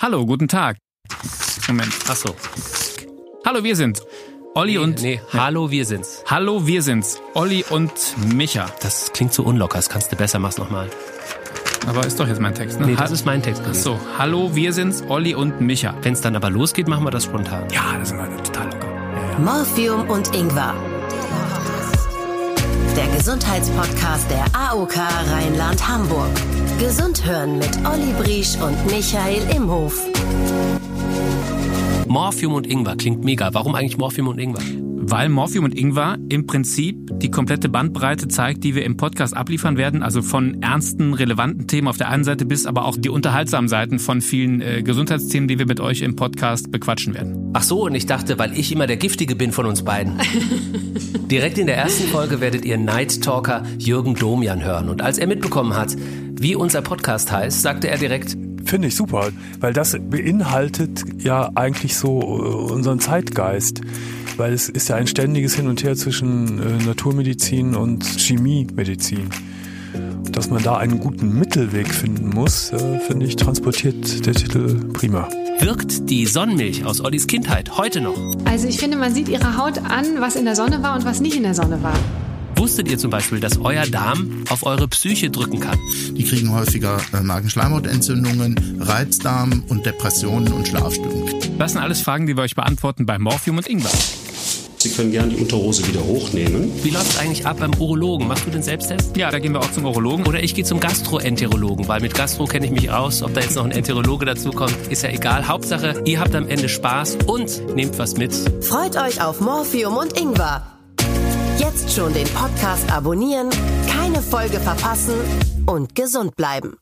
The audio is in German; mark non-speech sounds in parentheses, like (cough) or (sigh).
Hallo, guten Tag. Moment, Achso. hallo, wir sind's. Olli und. Nee, hallo, wir sind's. Hallo, wir sind's. Olli und Micha. Das klingt so unlocker, das kannst du besser, mach's nochmal. Aber ist doch jetzt mein Text, ne? Nee, das Ha- ist mein Text gewesen. So, hallo, wir sind's, Olli und Micha. Wenn's dann aber losgeht, machen wir das spontan. Ja, das sind wir total locker. Morphium und Ingwer. Der Gesundheitspodcast der AOK Rheinland-Hamburg. Gesund hören mit Olli Briesch und Michael Imhof. Morphium und Ingwer klingt mega. Warum eigentlich Morphium und Ingwer? Weil Morphium und Ingwer im Prinzip die komplette Bandbreite zeigt, die wir im Podcast abliefern werden. Also von ernsten, relevanten Themen auf der einen Seite bis aber auch die unterhaltsamen Seiten von vielen äh, Gesundheitsthemen, die wir mit euch im Podcast bequatschen werden. Ach so, und ich dachte, weil ich immer der Giftige bin von uns (laughs) beiden. Direkt in der ersten Folge werdet ihr Night Talker Jürgen Domian hören. Und als er mitbekommen hat, wie unser Podcast heißt, sagte er direkt, Finde ich super, weil das beinhaltet ja eigentlich so äh, unseren Zeitgeist. Weil es ist ja ein ständiges Hin und Her zwischen äh, Naturmedizin und Chemiemedizin. Und Dass man da einen guten Mittelweg finden muss, äh, finde ich, transportiert der Titel prima. wirkt die Sonnenmilch aus Ollis Kindheit heute noch? Also ich finde, man sieht ihre Haut an, was in der Sonne war und was nicht in der Sonne war. Wusstet ihr zum Beispiel, dass euer Darm auf eure Psyche drücken kann? Die kriegen häufiger äh, Magenschleimhautentzündungen, Reizdarm und Depressionen und Schlafstörungen. Das sind alles Fragen, die wir euch beantworten bei Morphium und Ingwer. Sie können gerne die Unterhose wieder hochnehmen. Wie läuft's eigentlich ab beim Urologen? Machst du den Selbsttest? Ja, da gehen wir auch zum Urologen. Oder ich gehe zum Gastroenterologen, weil mit Gastro kenne ich mich aus. Ob da jetzt noch ein Enterologe dazukommt, ist ja egal. Hauptsache, ihr habt am Ende Spaß und nehmt was mit. Freut euch auf Morphium und Ingwer. Jetzt schon den Podcast abonnieren, keine Folge verpassen und gesund bleiben.